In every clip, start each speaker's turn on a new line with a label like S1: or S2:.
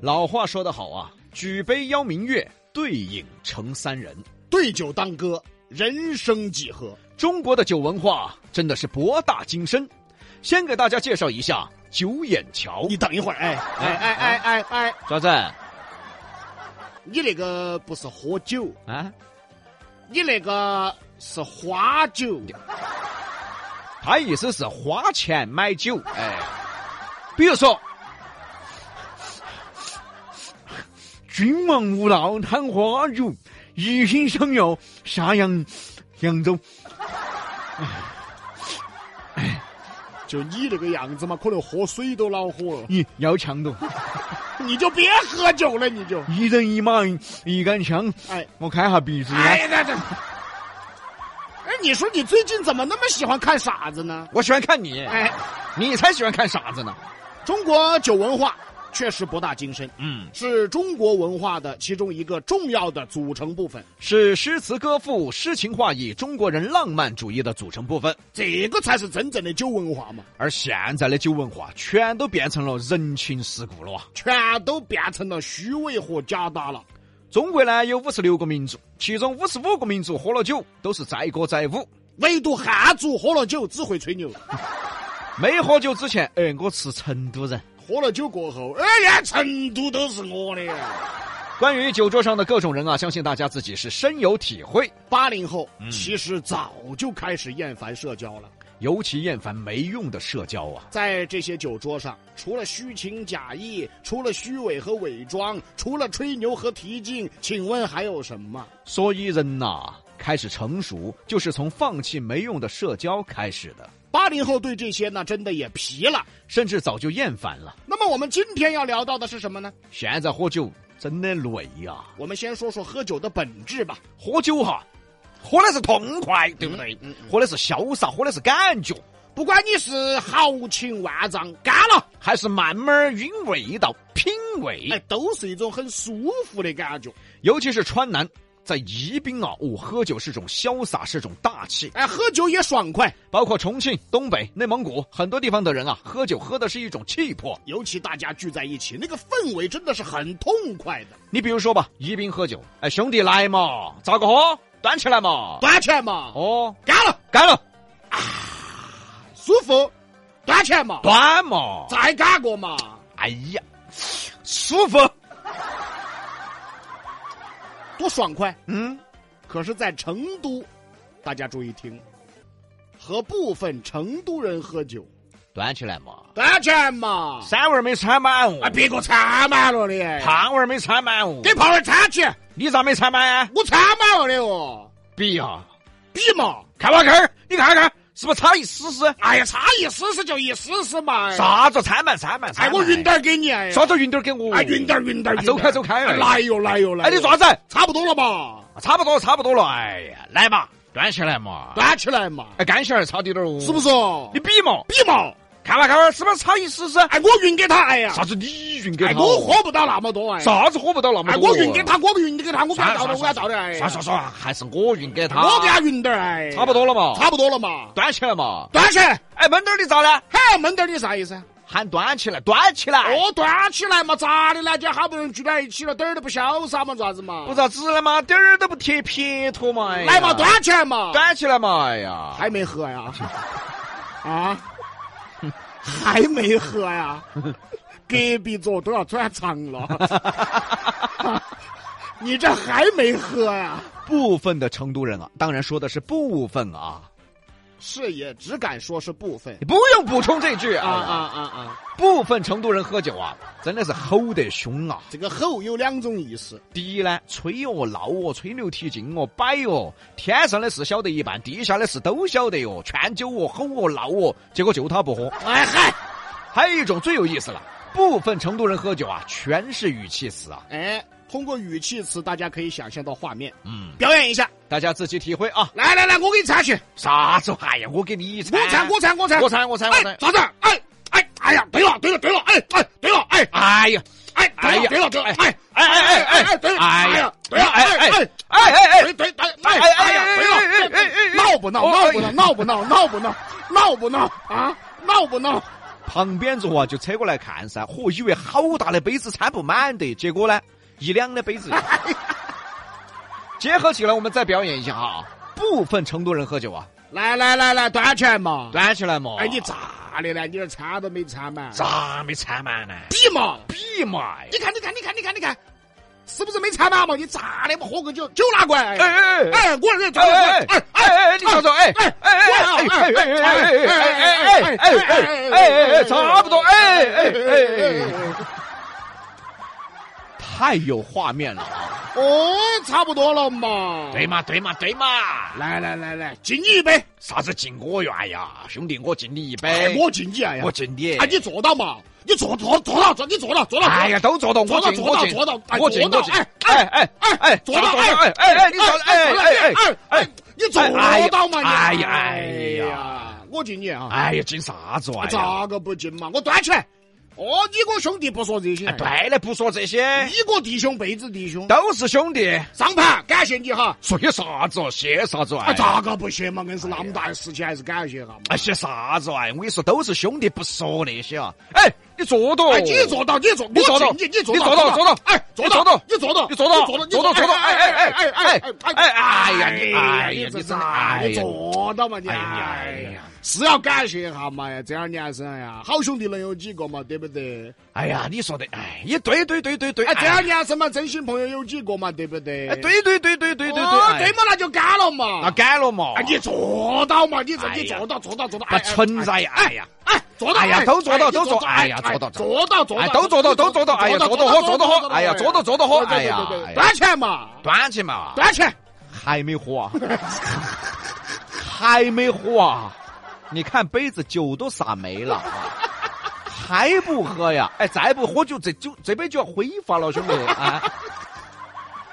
S1: 老话说得好啊，举杯邀明月，对影成三人。
S2: 对酒当歌，人生几何？
S1: 中国的酒文化真的是博大精深。先给大家介绍一下九眼桥。
S2: 你等一会儿，哎哎哎哎哎哎，
S1: 啥子？
S2: 你那个不是喝酒，
S1: 啊？
S2: 你那个是花酒。
S1: 他意思是花钱买酒。
S2: 哎，
S1: 比如说，君王无道贪花酒，一心想要下扬扬州。
S2: 就你那个样子嘛，可能喝水都恼火了。
S1: 你要强度，
S2: 你就别喝酒了，你就。
S1: 一人一马一杆枪。
S2: 哎
S1: 我看一下鼻子。
S2: 哎，那这。哎，你说你最近怎么那么喜欢看傻子呢？
S1: 我喜欢看你，
S2: 哎，
S1: 你才喜欢看傻子呢。
S2: 中国酒文化确实博大精深，
S1: 嗯，
S2: 是中国文化的其中一个重要的组成部分。
S1: 是诗词歌赋、诗情画意、中国人浪漫主义的组成部分。
S2: 这个才是真正的酒文化嘛，
S1: 而现在的酒文化，全都变成了人情世故了啊！
S2: 全都变成了虚伪和假打了。
S1: 中国呢有五十六个民族，其中五十五个民族喝了酒都是载歌载舞，
S2: 唯独汉族喝了酒只会吹牛，
S1: 没喝酒之前，哎，我是成都人。
S2: 喝了酒过后，哎呀，成都都是我的。
S1: 关于酒桌上的各种人啊，相信大家自己是深有体会。
S2: 八零后其实早就开始厌烦社交了，
S1: 尤其厌烦没用的社交啊！
S2: 在这些酒桌上，除了虚情假意，除了虚伪和伪装，除了吹牛和提劲，请问还有什么？
S1: 所以人呐、开始成熟就是从放弃没用的社交开始的，
S2: 八零后对这些呢，真的也皮了。
S1: 甚至早就厌烦了。
S2: 那么我们今天要聊到的是什么呢？
S1: 现在喝酒真的累呀、啊！
S2: 我们先说说喝酒的本质吧。
S1: 喝酒哈，喝的是痛快，对不对？
S2: 嗯嗯嗯
S1: 喝的是潇洒，喝的是感觉，
S2: 不管你是豪情万丈，干了，
S1: 还是慢慢儿晕味道、品味。
S2: 哎，都是一种很舒服的感觉。
S1: 尤其是川南，在宜宾啊，哦，喝酒是种潇洒，是种大气。
S2: 哎，喝酒也爽快，
S1: 包括重庆、东北、内蒙古很多地方的人啊，喝酒喝的是一种气魄。
S2: 尤其大家聚在一起，那个氛围真的是很痛快的。
S1: 你比如说吧，宜宾喝酒，哎，兄弟来嘛，咋个喝？端起来嘛。
S2: 端起来嘛，
S1: 哦，
S2: 干了，
S1: 干了，
S2: 舒服，端起来嘛，
S1: 端嘛。
S2: 再干过嘛。
S1: 哎呀，舒服。
S2: 多爽快！
S1: 嗯，
S2: 可是，在成都，大家注意听，和部分成都人喝酒，
S1: 端起来嘛。
S2: 端起来嘛，
S1: 三碗没掺满
S2: 啊，
S1: 哦，
S2: 别个掺满了的，哎
S1: 胖碗没掺满哦。
S2: 给泡儿掺起，
S1: 你咋没掺满啊？
S2: 我掺满了的哦，
S1: 比呀，
S2: 比嘛，
S1: 看哇看儿，你看看，是不是差一丝丝？
S2: 哎呀，差一丝丝就一丝丝嘛，？
S1: 啥子掺满掺满掺
S2: 哎，
S1: 满？
S2: 我匀点儿给你，哎呀
S1: 啥子云点儿给我？
S2: 哎，匀点儿匀点儿，匀点
S1: 嗯
S2: 儿
S1: 啊走开走开
S2: 哎来哟来哟来哟，
S1: 哎，你啊爪子？
S2: 差不多了吧？
S1: 差不多，差不多了。哎呀，来嘛，端起来嘛。
S2: 端起来嘛，
S1: 哎，干起来差点点哦。
S2: 是不
S1: 是？
S2: 是？
S1: 你比嘛，
S2: 比嘛，
S1: 看嘛看嘛，是不是差一丝丝？
S2: 哎，我匀给他，哎呀，
S1: 啥子你匀给
S2: 哎，
S1: 他？
S2: 我喝不到那么多，哎。
S1: 啥子喝不到那么
S2: 哎，
S1: 多？啊
S2: 我匀给。他，我不匀给他，我给他
S1: 算
S2: 倒
S1: 算
S2: 点，我给他倒点，哎呀，
S1: 算算算，还是我匀给他。
S2: 我给他匀点儿，哎，
S1: 差不多了嘛。
S2: 差不多了嘛，
S1: 端起来嘛。
S2: 端起来，
S1: 哎，闷点儿你咋了？
S2: 嘿，闷点儿你啥意思啊？
S1: 喊端起来，端起来。
S2: 哦，端起来嘛，咋的呢？今儿好不容易聚在一起了，点儿都不潇洒嘛，咋子嘛？
S1: 不咋子了嘛，点儿都不贴撇脱嘛。哎呀
S2: 来嘛，端起来嘛，
S1: 端起来嘛！哎呀，
S2: 还没喝呀？啊，还没喝呀？隔壁桌都要转场了，你这还没喝呀？
S1: 部分的成都人啊，当然说的是部分啊，
S2: 是也只敢说是部分
S1: 你不用补充这句
S2: 啊
S1: 啊
S2: 啊
S1: 啊！
S2: 啊啊！
S1: 部分成都人喝酒啊，真的是吼得凶啊！
S2: 这个吼有两种意思，
S1: 第一呢，吹哦、闹哦、吹牛提劲哦、摆哦，天上的事晓得一半，地下的事都晓得哦，劝酒哦、吼哦、闹哦，结果就他不喝。
S2: 哎嗨。
S1: 还有一种最有意思了，部分成都人喝酒啊，全是语气词啊，
S2: 哎，通过语气词，大家可以想象到画面，
S1: 嗯，
S2: 表演一下。
S1: 大家自己体会啊。
S2: 来来来，我给你掺去，
S1: 啥子？哎呀，我给你一
S2: 我
S1: 餐，
S2: 掺，我掺，我掺，
S1: 我掺，我掺，我
S2: 哎
S1: 掺，。
S2: 咋子？哎哎哎呀，对了对了对了，哎哎对了，哎
S1: 哎呀，
S2: 哎
S1: 哎呀，
S2: 对了对了，哎
S1: 哎哎哎哎，
S2: 对了，
S1: 哎
S2: 呀
S1: 呀，
S2: 对了，哎哎哎
S1: 哎哎哎，
S2: 对对对，哎哎呀，对了，闹不闹？闹不闹？闹不闹？闹不闹？闹不闹？啊，闹不闹？
S1: 旁边人啊就扯过来看噻，嚯，以为好大的杯子掺不满的，结果呢，一两的杯子。结合起来，我们再表演一下哈。部分成都人喝酒啊，
S2: 来来来来，端起来嘛！
S1: 端起来嘛。
S2: 哎，你咋的呢？你这掺都没掺满，
S1: 咋没掺满呢？
S2: 比嘛！
S1: 比嘛！哎
S2: 你看，你看，你看，你看，你看，是不是没掺满嘛？你咋的嘛？喝个酒，酒拿过来！哎
S1: 哎哎！
S2: 哎，我这这
S1: 哎
S2: 哎
S1: 哎
S2: 哎
S1: 哎哎！你瞅瞅，哎哎哎哎哎哎哎哎哎哎哎哎哎，差不多，哎哎哎哎，太有画面了啊！
S2: 哦，差不多了嘛。
S1: 对嘛对嘛对嘛！
S2: 来来来来，敬你一杯，
S1: 啥子敬我哟？哎呀，兄弟，我敬你一
S2: 哎
S1: 杯，，
S2: 我敬你哎呀
S1: 我！敬你。
S2: 哎，你坐到嘛？你坐坐坐到坐，你坐到坐到。
S1: 哎呀，都坐到，我敬我敬我敬我敬，哎哎哎哎，
S2: 坐到，
S1: 哎
S2: 哎
S1: 哎哎，你坐哎哎哎
S2: 哎
S1: 哎
S2: 哎，你坐到嘛你？
S1: 哎呀哎呀
S2: 呀，我敬你啊！
S1: 哎呀，敬啥子玩意？
S2: 咋个不敬嘛？我端起来。哦，你个兄弟不说这些，
S1: 对了，不说这些，
S2: 你个弟兄辈子弟兄，
S1: 都是兄弟，
S2: 上盘感谢你哈。
S1: 说些啥子哦？谢啥子
S2: 啊，
S1: 哎？
S2: 咋个不谢嘛？硬是那么大的事情，还是感谢哈嘛。
S1: 哎，谢啥子哎？我跟你说，都是兄弟，不说那些啊。哎，你坐到，
S2: 哎，你做到，你做，
S1: 你做到
S2: 我敬你你做
S1: 你做到
S2: 做
S1: 做到
S2: 哎，做
S1: 你做到
S2: 你做到，
S1: 你坐到，
S2: 做到，
S1: 坐到，坐到，哎哎哎哎哎哎哎！哎呀，你哎呀，
S2: 这
S1: 你真的
S2: 咋
S1: 哎
S2: 你
S1: 呀，
S2: 做到嘛你？
S1: 哎呀
S2: 哎
S1: 哎呀
S2: 呀，是要感谢一下嘛呀，这样年生哎呀，好兄弟能有几个嘛，对不对？
S1: 哎呀，你说的哎，也对对对对对，
S2: 哎，这样年生嘛，真心朋友有几个嘛，对不对？
S1: 哎，对对对对对对
S2: 哦对
S1: 对，
S2: 嘛，那就干了嘛。
S1: 哎那改了嘛
S2: 哎，？你做到嘛？你这
S1: 哎
S2: 你
S1: 呀
S2: 做到，做到，做到，
S1: 那
S2: 哎
S1: 存在呀，哎呀，
S2: 哎，做到，
S1: 哎呀都做到
S2: 哎
S1: 都做
S2: 你
S1: 哎呀
S2: 哎
S1: 做到
S2: 做到，做到，
S1: 哎都做到都做到哎呀做到喝做到喝哎呀做到做到喝哎呀
S2: 对对对
S1: 哎呀
S2: 对端起来嘛，
S1: 端起嘛，
S2: 端起来，
S1: 还没喝啊，还没喝啊！你看杯子酒都洒没了啊，还不喝呀？哎，再不喝就这酒这杯就要挥发了，兄弟啊！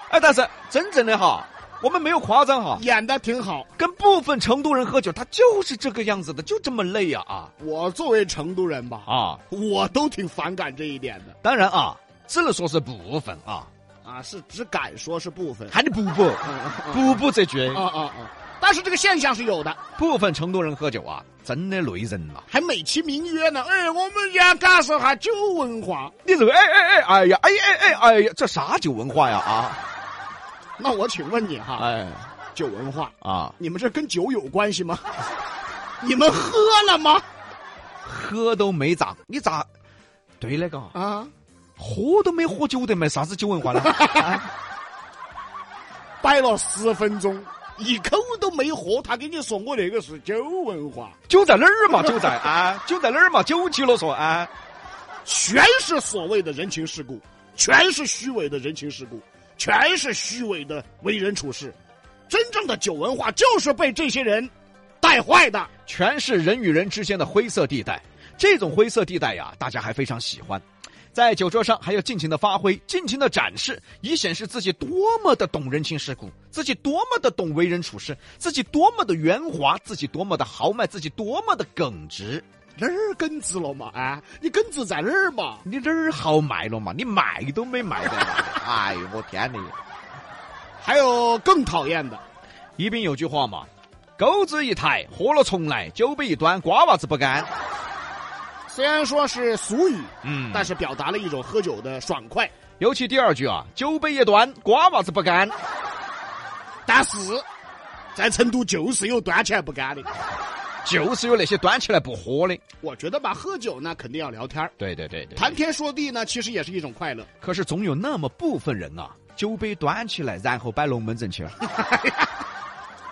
S1: 哎，但是真正的哈，我们没有夸张哈，
S2: 演的挺好。
S1: 跟部分成都人喝酒，他就是这个样子的，就这么累呀啊
S2: 我作为成都人吧，
S1: 啊！
S2: 我都挺反感这一点的
S1: 当然啊，只能说是部分啊，
S2: 啊，是只敢说是部分，
S1: 喊你补补补补这句，
S2: 啊啊啊！但是这个现象是有的，
S1: 部分成都人喝酒啊，真的累人呐、
S2: 还美其名曰呢，哎，我们要感受下酒文化。
S1: 你这个哎哎哎，哎呀，哎哎哎哎呀，这啥酒文化呀啊？
S2: 那我请问你哈，
S1: 哎
S2: 酒文化，
S1: 啊，
S2: 你们这跟酒有关系吗？你们喝了吗？
S1: 喝都没咋，你咋？对了嘎，
S2: 啊，
S1: 喝都没喝酒的嘛，啥子酒文化 呢？哎
S2: 摆了十分钟，一口都没喝，他跟你说我那个是酒文化，
S1: 酒在哪儿嘛？酒在啊，酒在哪儿嘛？酒起了说啊，
S2: 全是所谓的人情世故，全是虚伪的人情世故，全是虚伪的为人处事。真正的酒文化就是被这些人带坏的。
S1: 全是人与人之间的灰色地带。这种灰色地带呀，大家还非常喜欢，在酒桌上还要尽情的发挥，尽情的展示，以显示自己多么的懂人情世故，自己多么的懂为人处事，自己多么的圆滑，自己多么的豪迈，自己多么的耿直。
S2: 哪儿根子了嘛？啊，你根子在哪儿嘛？
S1: 你哪儿豪迈了嘛？你卖都没卖得 嘛！哎呦，我天哪！
S2: 还有更讨厌的，
S1: 宜宾有句话嘛，钩子一抬，喝了重来；酒杯一端，瓜娃子不干。
S2: 虽然说是俗语，
S1: 嗯
S2: 但是表达了一种喝酒的爽快。
S1: 尤其第二句啊，酒杯一端，瓜娃子不干。
S2: 但是在成都就是有端起来不干的。
S1: 就是有那些端起来不喝的。
S2: 我觉得吧，喝酒呢肯定要聊天儿，
S1: 对对对对
S2: 谈天说地呢，其实也是一种快乐。
S1: 可是总有那么部分人呐、啊酒杯端起来，然后摆龙门阵去了。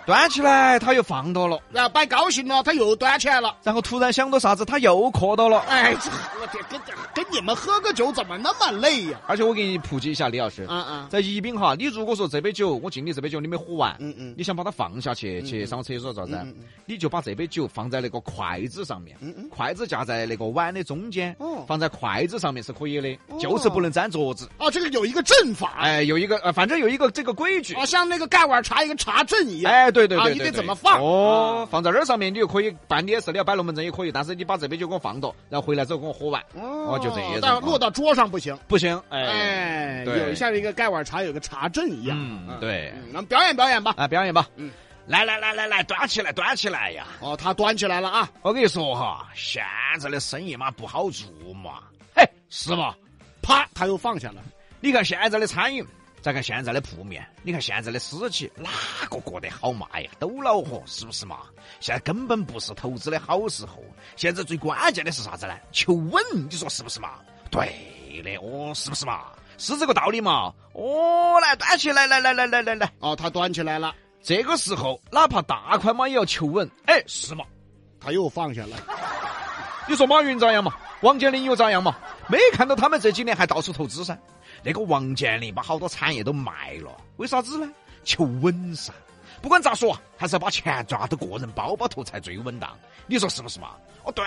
S1: 端起来，他又放到了，
S2: 那摆啊高兴了，他又端起来了。
S1: 然后突然想到啥子，他又磕到了。
S2: 哎，这我天，跟跟你们喝个酒怎么那么累呀、
S1: 而且我给你普及一下，李老师，
S2: 啊啊，
S1: 在宜宾哈，你如果说这杯酒，我敬你这杯酒，你没喝完，
S2: 嗯嗯
S1: 你想把它放下去，
S2: 嗯
S1: 去
S2: 嗯
S1: 上厕所咋子？
S2: 嗯嗯嗯
S1: 你就把这杯酒放在那个筷子上面，
S2: 嗯嗯
S1: 筷子架在那个碗的中间，
S2: 哦
S1: 放在筷子上面是可以的，
S2: 哦
S1: 就是不能沾桌子。
S2: 哦，这个有一个阵法，
S1: 哎，有一个呃，反正有一个这个规矩。
S2: 啊，像那个盖碗茶一个茶阵一样。
S1: 哎，对对
S2: 啊
S1: 对，
S2: 你
S1: 对
S2: 得
S1: 对
S2: 怎么放
S1: 哦
S2: 啊，
S1: 放在那儿上面，你就可以办你的事，你要摆龙门阵也可以，但是你把这杯酒给我放到，然后回来之后给我喝完，
S2: 哦
S1: 就这意思
S2: 但落到桌上不行。
S1: 不行，哎，
S2: 哎，
S1: 对
S2: 有像一个盖碗茶有个茶阵一样。
S1: 嗯，对，
S2: 嗯，咱们表演表演吧。
S1: 啊，表演吧
S2: 嗯。
S1: 来来来来来，端起来，端起来呀！
S2: 哦，他端起来了啊！
S1: 我跟你说哈，现在的生意嘛不好做嘛，嘿，是嘛？
S2: 啪，他又放下 了。
S1: 你看现在的餐饮，再看现在的铺面，你看现在的私企，哪个过得好嘛呀？都恼火，是不是嘛？现在根本不是投资的好时候，现在最关键的是啥子呢？求稳，你说是不是嘛？对的，哦，是不是嘛？是这个道理嘛？哦，来端起来，来来来来来来，
S2: 哦，他端起来了，
S1: 这个时候哪怕大款嘛也要求稳，哎，是嘛？
S2: 他又放下了。
S1: 你说马云咋样嘛？王健林又咋样嘛？没看到他们这几年还到处投资噻？那个王健林把好多产业都卖了，为啥子呢？求稳噻。不管咋说啊，还是要把钱抓到个人包包头才最稳当。你说是不是嘛？哦，对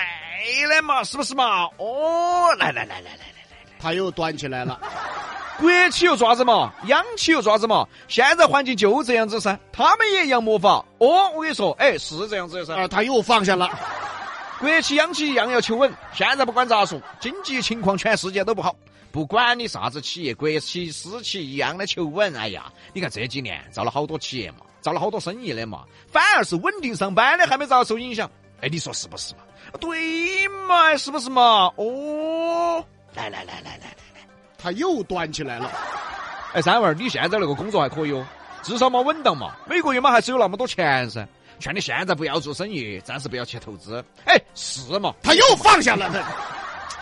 S1: 的嘛，是不是嘛？哦，来来来来来来来，
S2: 他又端起来了，
S1: 国企又爪子嘛，央企又爪子嘛，现在环境就这样子噻，他们也一样模仿。哦，我跟你说，哎，是这样子的噻。
S2: 啊，他又放下了，
S1: 国企、央企一样要求稳。现在不管咋说，经济情况全世界都不好，不管你啥子企业，国企、私企一样的求稳。哎呀，你看这几年造了好多企业嘛，造了好多生意的嘛，反而是稳定上班的还没咋受影响。哎，你说是不是嘛？对嘛，哎是不是嘛？哦，来来来来来来来，
S2: 他又端起来了，
S1: 哎，三娃儿，你现在那个工作还可以哦，至少嘛稳当嘛，每个月嘛还是有那么多钱噻。劝你现在不要做生意，暂时不要去投资。哎，是嘛？
S2: 他又放下了。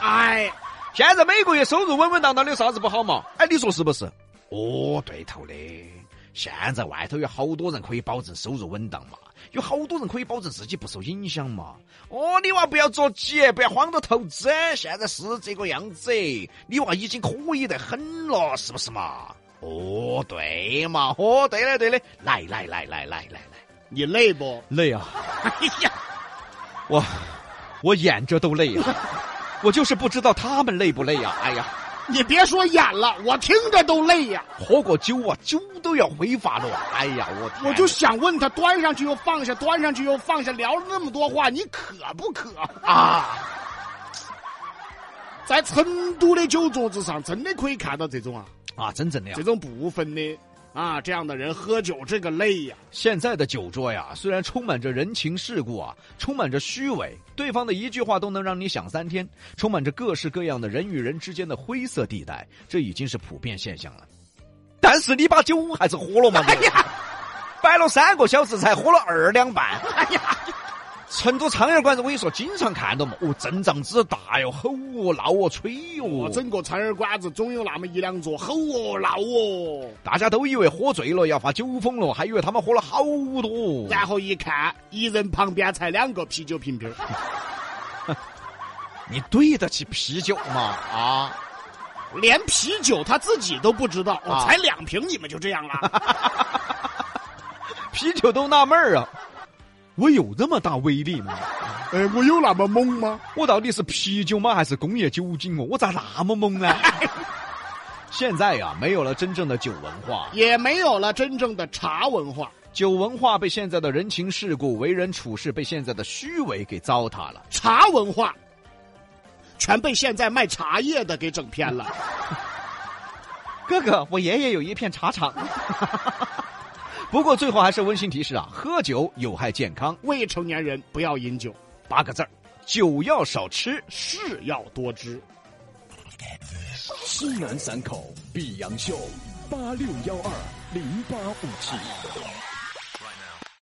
S2: 哎，
S1: 现在每个月收入稳稳当当的，有啥子不好嘛？哎，你说是不是？哦，对头的。现在外头有好多人可以保证收入稳当嘛，有好多人可以保证自己不受影响嘛。哦，你娃不要着急，不要慌着投资，现在是这个样子，你娃已经可以得很了，是不是嘛？哦，对嘛，哦，对的对的，来来来来来来来，
S2: 你累不？
S1: 累啊！
S2: 哎呀，
S1: 我我演着都累啊，我就是不知道他们累不累呀、哎呀，
S2: 你别说演了，我听着都累呀。
S1: 喝过酒啊，酒都要挥发了。哎呀，我天
S2: 我就想问他，端上去又放下，端上去又放下，聊了那么多话，你渴不渴？
S1: 啊，
S2: 在成都的酒桌子上，真的可以看到这种啊，
S1: 啊，真正的呀
S2: 这。种不分的啊，这样的人喝酒这个累呀、
S1: 现在的酒桌呀，虽然充满着人情世故啊，充满着虚伪，对方的一句话都能让你想三天，充满着各式各样的人与人之间的灰色地带，这已经是普遍现象了。但是你把酒还是喝了嘛？
S2: 哎
S1: 你
S2: 呀，
S1: 摆了三个小时才喝了二两半。
S2: 哎呀，
S1: 成都苍蝇馆子，我跟你说，经常看到嘛，哦，阵仗之大哟，吼哦，闹哦，吹
S2: 我
S1: 哦，
S2: 整个苍蝇馆子总有那么一两桌，吼哦闹哦，
S1: 大家都以为喝醉了要发酒疯了，还以为他们喝了好多。
S2: 然后一看，一人旁边才两个啤酒瓶瓶儿，
S1: 你对得起啤酒吗？啊，
S2: 连啤酒他自己都不知道，我、
S1: 啊
S2: 才两瓶，你们就这样了？
S1: 啤酒都纳闷儿啊，我有这么大威力吗？
S2: 哎，我有那么猛吗？
S1: 我到底是啤酒吗？还是工业酒精哦？我咋那么猛呢？ 现在呀、没有了真正的酒文化，
S2: 也没有了真正的茶文化，
S1: 酒文化被现在的人情世故、为人处事被现在的虚伪给糟蹋了。
S2: 茶文化全被现在卖茶叶的给整偏了。
S1: 哥哥，我爷爷有一片茶厂。 不过最后还是温馨提示啊，喝酒有害健康，
S2: 未成年人不要饮酒，
S1: 八个字儿，酒要少吃。
S2: 事要多知。
S3: 西南散口碧阳秀，八六幺二零八五七。